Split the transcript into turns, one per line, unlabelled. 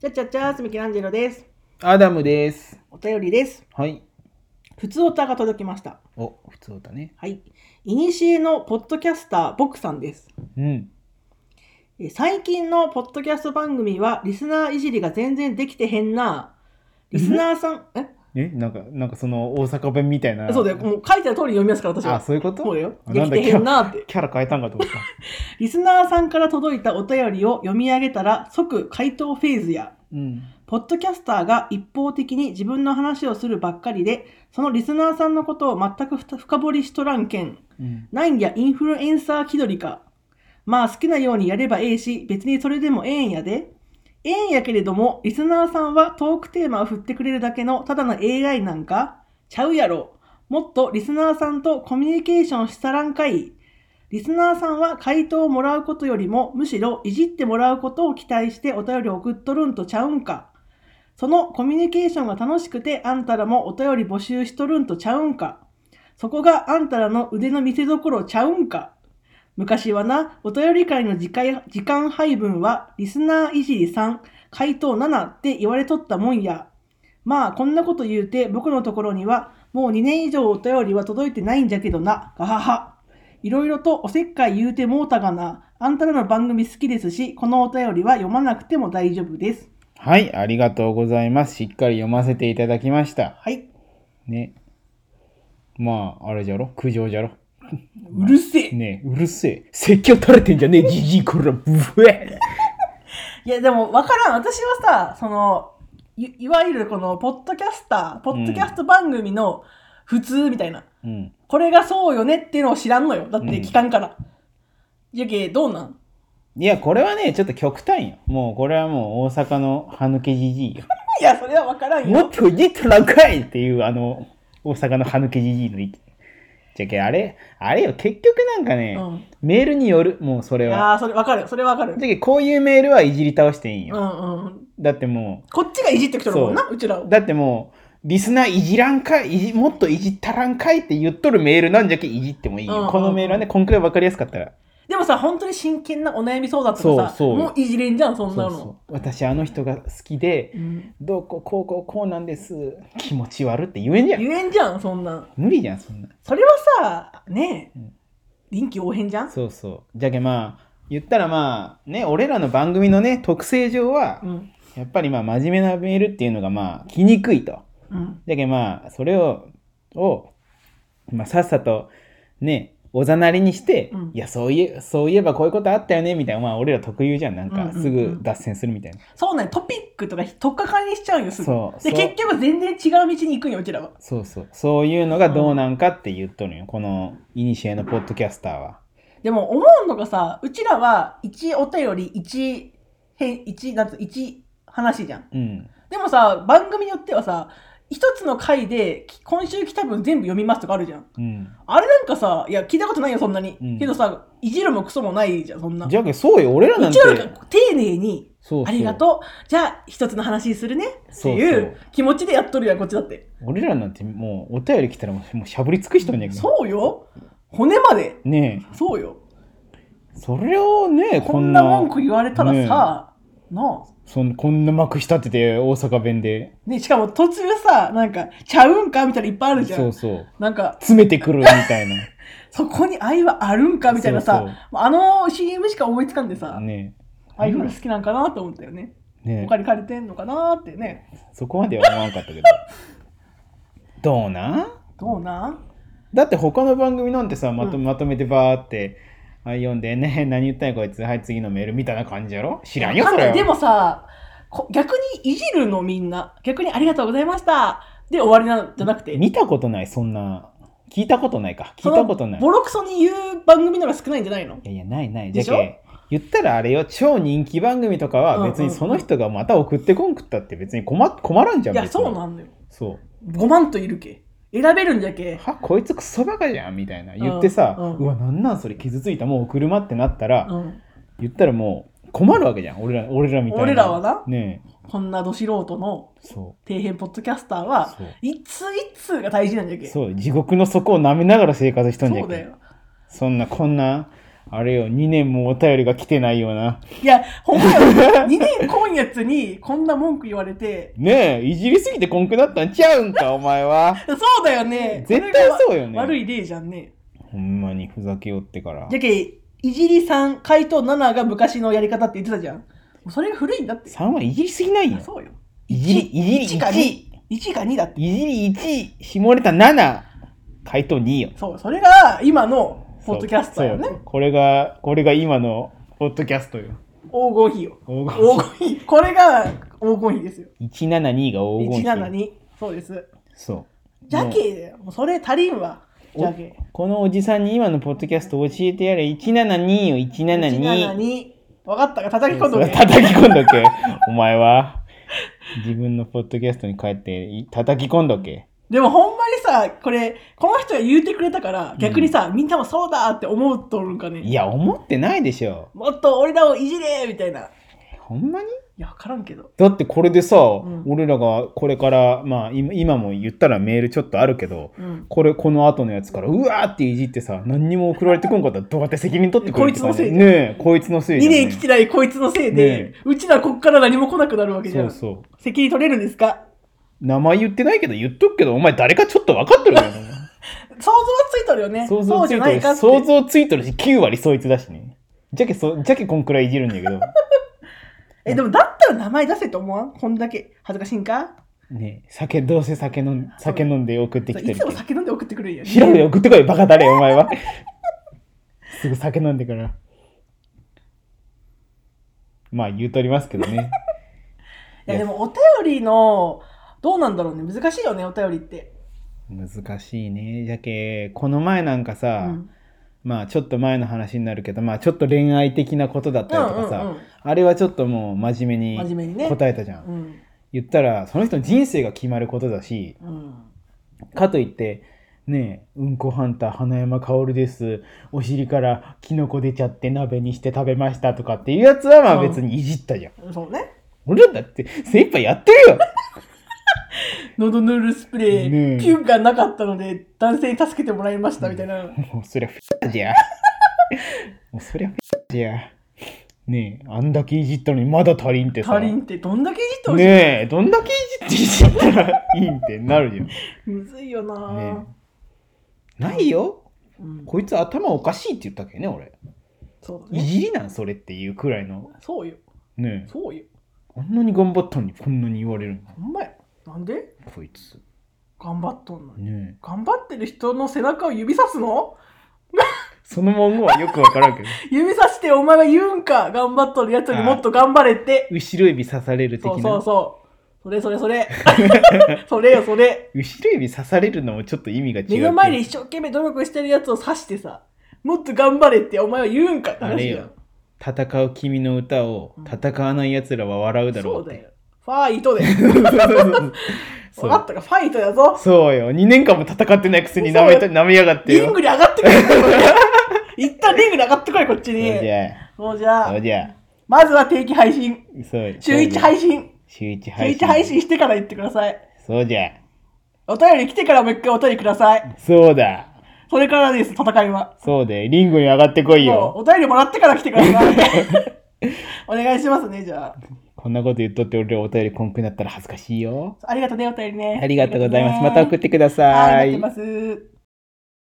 じゃちゃちゃーすみきらんじろです。
アダムです。
お便りです。
はい。
普通おたが届きました。
お、普通だね。
はい。いにしえのポッドキャスター、ボクさんです。
うん。
えー最近のポッドキャスト番組は、リスナーいじりが全然できてへんな。リスナーさん、え
え、なんか、なんかその大阪弁みたいな。
そうだよ。もう書いてある通り読みますから、私
あ、
は。
そういうこと
そうだよ。
あ
で
な
き
んだ
てへんなって。
キャラ変えたんかと思った。
リスナーさんから届いたお便りを読み上げたら、即回答フェーズや、
うん。
ポッドキャスターが一方的に自分の話をするばっかりで、そのリスナーさんのことを全くふた深掘りしとらんけん。
うん。
なんやインフルエンサー気取りか。まあ好きなようにやればええし、別にそれでもええんやで。ええんやけれども、リスナーさんはトークテーマを振ってくれるだけのただの AI なんかちゃうやろ。もっとリスナーさんとコミュニケーションしたらんかい。リスナーさんは回答をもらうことよりも、むしろいじってもらうことを期待してお便りを送っとるんとちゃうんか。そのコミュニケーションが楽しくて、あんたらもお便り募集しとるんとちゃうんか。そこがあんたらの腕の見せ所ちゃうんか。昔はな、お便り会の時間時間配分は、リスナーいじり3、回答7って言われとったもんや。まあ、こんなこと言うて、僕のところには、もう2年以上お便りは届いてないんじゃけどな、がはは。いろいろとおせっかい言うてもうたがな、あんたらの番組好きですし、このお便りは読まなくても大丈夫です。
はい、ありがとうございます。しっかり読ませていただきました。
はい。
ね。まあ、あれじゃろ苦情じゃろ
うるせえ。
ねえ、うるせえ。説教垂れてんじゃねえ、じじい、こら、ぶえ。
いやでも分からん私はさそのいいわゆるこのポッドキャスターポッドキャスト番組の普通みたいな、
うん。
これがそうよねっていうのを知らんのよだって
うん
聞かんから、じゃけどうなん
いや、これはね、ちょっと極端よ。もう、これはもう大阪の歯抜けじじいよ。
いやそれは分からんよ
もっといじったらかいっていう、あの、大阪の歯抜けじじいの意見。じゃけ、あれ、あれよ、結局なんかね、
うん
メールによる、もうそれは。
ああそれ分かるそれ分かる
じゃけ、こういうメールはいじり倒していいん
う
よ。
んうん
だっても
こっちがいじってきとるもんなうちら
う、
を
だってもう、リスナーいじらんかいいじ、もっといじったらんかいって言っとるメールなんじゃけ、いじってもいいよ。
うんうんうん
このメールはね、こんくらいわかりやすかったら。
でもさ本当に真剣なお悩み相談とかさ
そうそう
もういじれんじゃんそ
そ
ん
う
なの
そう。私、あの人が好きで、
うん
どうこう、こう、こう、こうなんです。気持ち悪って言えんじゃん。
言えんじゃんそんなん
無理じゃん、そんな。
それはさねえ、
うん
臨機応変じゃん
そうそうじゃけまあ言ったらまあね俺らの番組のね特性上は
うん
やっぱりまあ真面目なメールっていうのがまあ来にくいと
うん
じゃけまあそれをを、まあ、さっさとねおざなりにして、
うん
いやそういえそういえばこういうことあったよねみたいなまあ俺ら特有じゃんなん
うんうん
か
うん
すぐ脱線するみたいな、
そうね、トピックとかとっかかりにしちゃうんよ、すぐ。
そう
で、
そう
結局全然違う道に行くんよ、うちらは。
そうそうそういうのがどうなんかって言っとるんよこのいにしえのポッドキャスターは
でも思うのがさ、うちらは1お便り1、変、1、なんつう、1話じゃん。
うん
でもさ、番組によってはさ、一つの回でき今週来た分全部読みますとかあるじゃん。
うん
あれなんかさ、いや、聞いたことないよ、そんなに。
うん
けどさ、いじるもクソもないじゃん、そんな。
じゃけそうよ俺らな
うんち
て
らが丁寧に、
そうそう
ありがとう。じゃあ、一つの話するね。ってい
そうそう
う気持ちでやっとるやん、こっちだって。
俺らなんてもうお便り来たらもうもうしゃぶり尽くしたんじゃけど
そうよ。骨まで。
ね
そうよ。
えそれをね
こんな文句言われたらさ、なあ
そんこんな幕仕立てて大阪弁で
ね、しかも途中さなんか「ちゃうんか?」みたいないっぱいあるじゃ
そうんそう
なんか
詰めてくるみた いな
そこに愛はあるんかみたいなさ
そうそう
あの CM しか思いつかんでさ、
ね
ああいうの好きなんかなと思ったよね
えね
他に借りてんのかなってね
えそこまでは思わんかったけどどうなん
どうなん
だって他の番組なんてさまと,、
うん
まとめてバーってはい読んでね何言ったんやこいつはい次のメールみたいな感じやろ知らんよ
わか
そ
んな
れ
い
は
でもさこ逆にいじるのみんな逆に「ありがとうございました」で終わりなんじゃなくて
見たことないそんな聞いたことないか聞いたことない
そのボロクソに言う番組のが少ないんじゃないの
いやいや、ないない。
で
じ
し
ゃ
ょ
け、言ったらあれよ、超人気番組とか
うんうん
は
うん
別にその人がまた送ってこんくったって別に困っ困らんじゃ
い
ん。
や
別に
そうなんだよ
そ
5万といるけ選べるんじゃ
う。
け
は、こいつクソバカじゃんみたいな言ってさ、
う
うん
うん
わ、なんなんそれ傷ついた、もう送るまってなったら、
うん
言ったらもう困るわけじゃん。俺ら、俺らみたいな。
俺らはな
ねえ、
こんなど素人の
そ
底辺ポッドキャスター
う。
は
そう。
一通一通が大事なんじゃけ
そう、地獄の底を舐めながら生活しとんじゃ
そうだ
け。
よ
そんな、こんな、あれよ、2年もお便りが来てないような。
いや、ほんまや、2年こんやつにこんな文句言われて、
ねえ、いじりすぎてこんくなったんちゃうんか、お 前は。
そうだよね。
絶対
う
そうよね。
悪い例じゃんね。
ほんまにふざけよってから
じ。ゃけ、いじり3、回答7が昔のやり方って言ってたじゃん。もうそれが古いんだって。
3はいじりすぎないよ
あ。そうよ。
いじり、いじ
1
り
か
1。
2
い。
1か2だって。
じり1、下ネタ7、回答2よ。
そう、それが今のポッドキャストよ
そう
ね
そ。うこれが、これが今のポッドキャストよ。
黄金比よ。
黄金
黄金比。これが黄金比ですよ。
172が黄金
172。
比。
そうです。
そう。
じゃ
もう
けだよ、もうそれ足りんわ。じゃけ。
このおじさんに今のポッドキャスト教えてやれ。172よ、172。
172。分かったか、叩き込んど
そう
け。
叩き込んどけ。お前は。自分のポッドキャストに帰ってい叩き込んどけ。
でもほんまにさ、これ、この人が言うてくれたから、逆にさ、みんなもそうだって思うとるんかね。
いや、思ってないでしょ。
もっと俺らをいじれみたいな。い
ほんまに
や、わからんけど。
だってこれでさ、
ん
俺らがこれから、まあ今今も言ったらメールちょっとあるけど、
うん。
これこの後のやつからうわーっていじってさ何にも送られてこん かったらどうやって責任取ってくれるって感じ
こいつのせいじゃん
ねえこいつのせいじ
2
ゃん、ね、
年来てないこいつのせいで、
ね
うちらこっから何も来なくなるわけじゃん。
そうそう
責任取れるんですか
名前言ってないけど言っとくけどお前誰かちょっと分かって るからね
想像はついとるよね。
想
そ
像
う
つ
じゃ
い
な
て
い
る
かっ。
して想像ついてるし9割そいつだしねじゃけそじゃけこんくらいいじるんだ けど
え、でもだったら名前出せと思わんこんだけ。恥ずかしいんか
ねえ酒どうせ酒飲ん酒飲んで送ってきて
い
る
つ
け
も
ど
酒飲んで送ってくるんや、ね。
調べて送ってこいバカ誰お前はすぐ酒飲んでからまあ言うとりますけどね
いやでもお便りのどうなんだろうね難しいよねお便りって、
難しいねじゃけこの前なんか
う
さ、
ん、
まあちょっと前の話になるけどまあちょっと恋愛的なことだったりとかさ、
うんうんうん
あれはちょっともう真面目
真面
に
目にね
答えたじゃん、
うん
言ったらその人の人生が決まることだし
うん
かといってねえうんこハンター花山薫ですお尻からキノコ出ちゃって鍋にして食べましたとかっていうやつはまあ
うん
別にいじったじゃん、
そうね
俺らだって精一杯やってるよ
喉ヌールスプレー、
ねえ
ピュンがなかったので男性に助けてもらいましたみたいな、
もうそりゃふざじゃ もうそりゃふざじゃねえあんだけいじったのにまだ足りんってさ
足りんってどんだけいじってほしい、
ねえどんだけいじっていじったらいいんってなるじゃ んね
むずいよなぁ、
えないよ
うん、
こいつ頭おかしいって言ったっけね俺
そうだ
い
ね
じりなんそれっていうくらいの
そうよ
ねえ
そうよ
あんなに頑張ったのにこんなに言われる
ほんまやなんで
のこいつ
頑張っとんのに
ねえ
頑張ってる人の背中を指さすの
その文言はよくわからんけど
指さしてお前が言うんか頑張っとるやつよりもっと頑張れって
後ろ指刺される的
そう
な
そうそう。それそれそ れ。それよそれ。
後ろ指刺されるのもちょっと意味が違うけ
目
ど
の前で一生懸命努力してるやつを刺してさ、もっと頑張れってお前は言うんかって
あれ
話だ
よ戦う君の歌を
うん
戦わない奴らは笑うだろ
そうう
っ
だ
て、
よ。ファイトで。
そ
分
う
かったか、ファイトだぞ。
そうよ2年間も戦ってないくせに舐めた
そう
舐めやがって
リン
よ
グに上がってこい。 一旦リングに上がってこい、こっち
そうじ
に。
ゃ
そうじゃ
そ
あ
う、じゃ
まずは定期配信。
そう
週1配信。
週1
週
配信
1配信してから言ってください。
そうじゃ
お便り来てからもう一回お便りください。
そうだ
それからです、戦いは。
そうでリングに上がってこい
もう
よ
お便りもらってから来てくだ さい。お願いしますね、じゃあ。
こんなこと言っとって俺らお便りこんくなったら恥ずかしいよ
ありがとうね、お便りね。
ありがとうございますま
あ
た
りがと
送
うね
ってくだ
は
さ
い、
い
待ってます。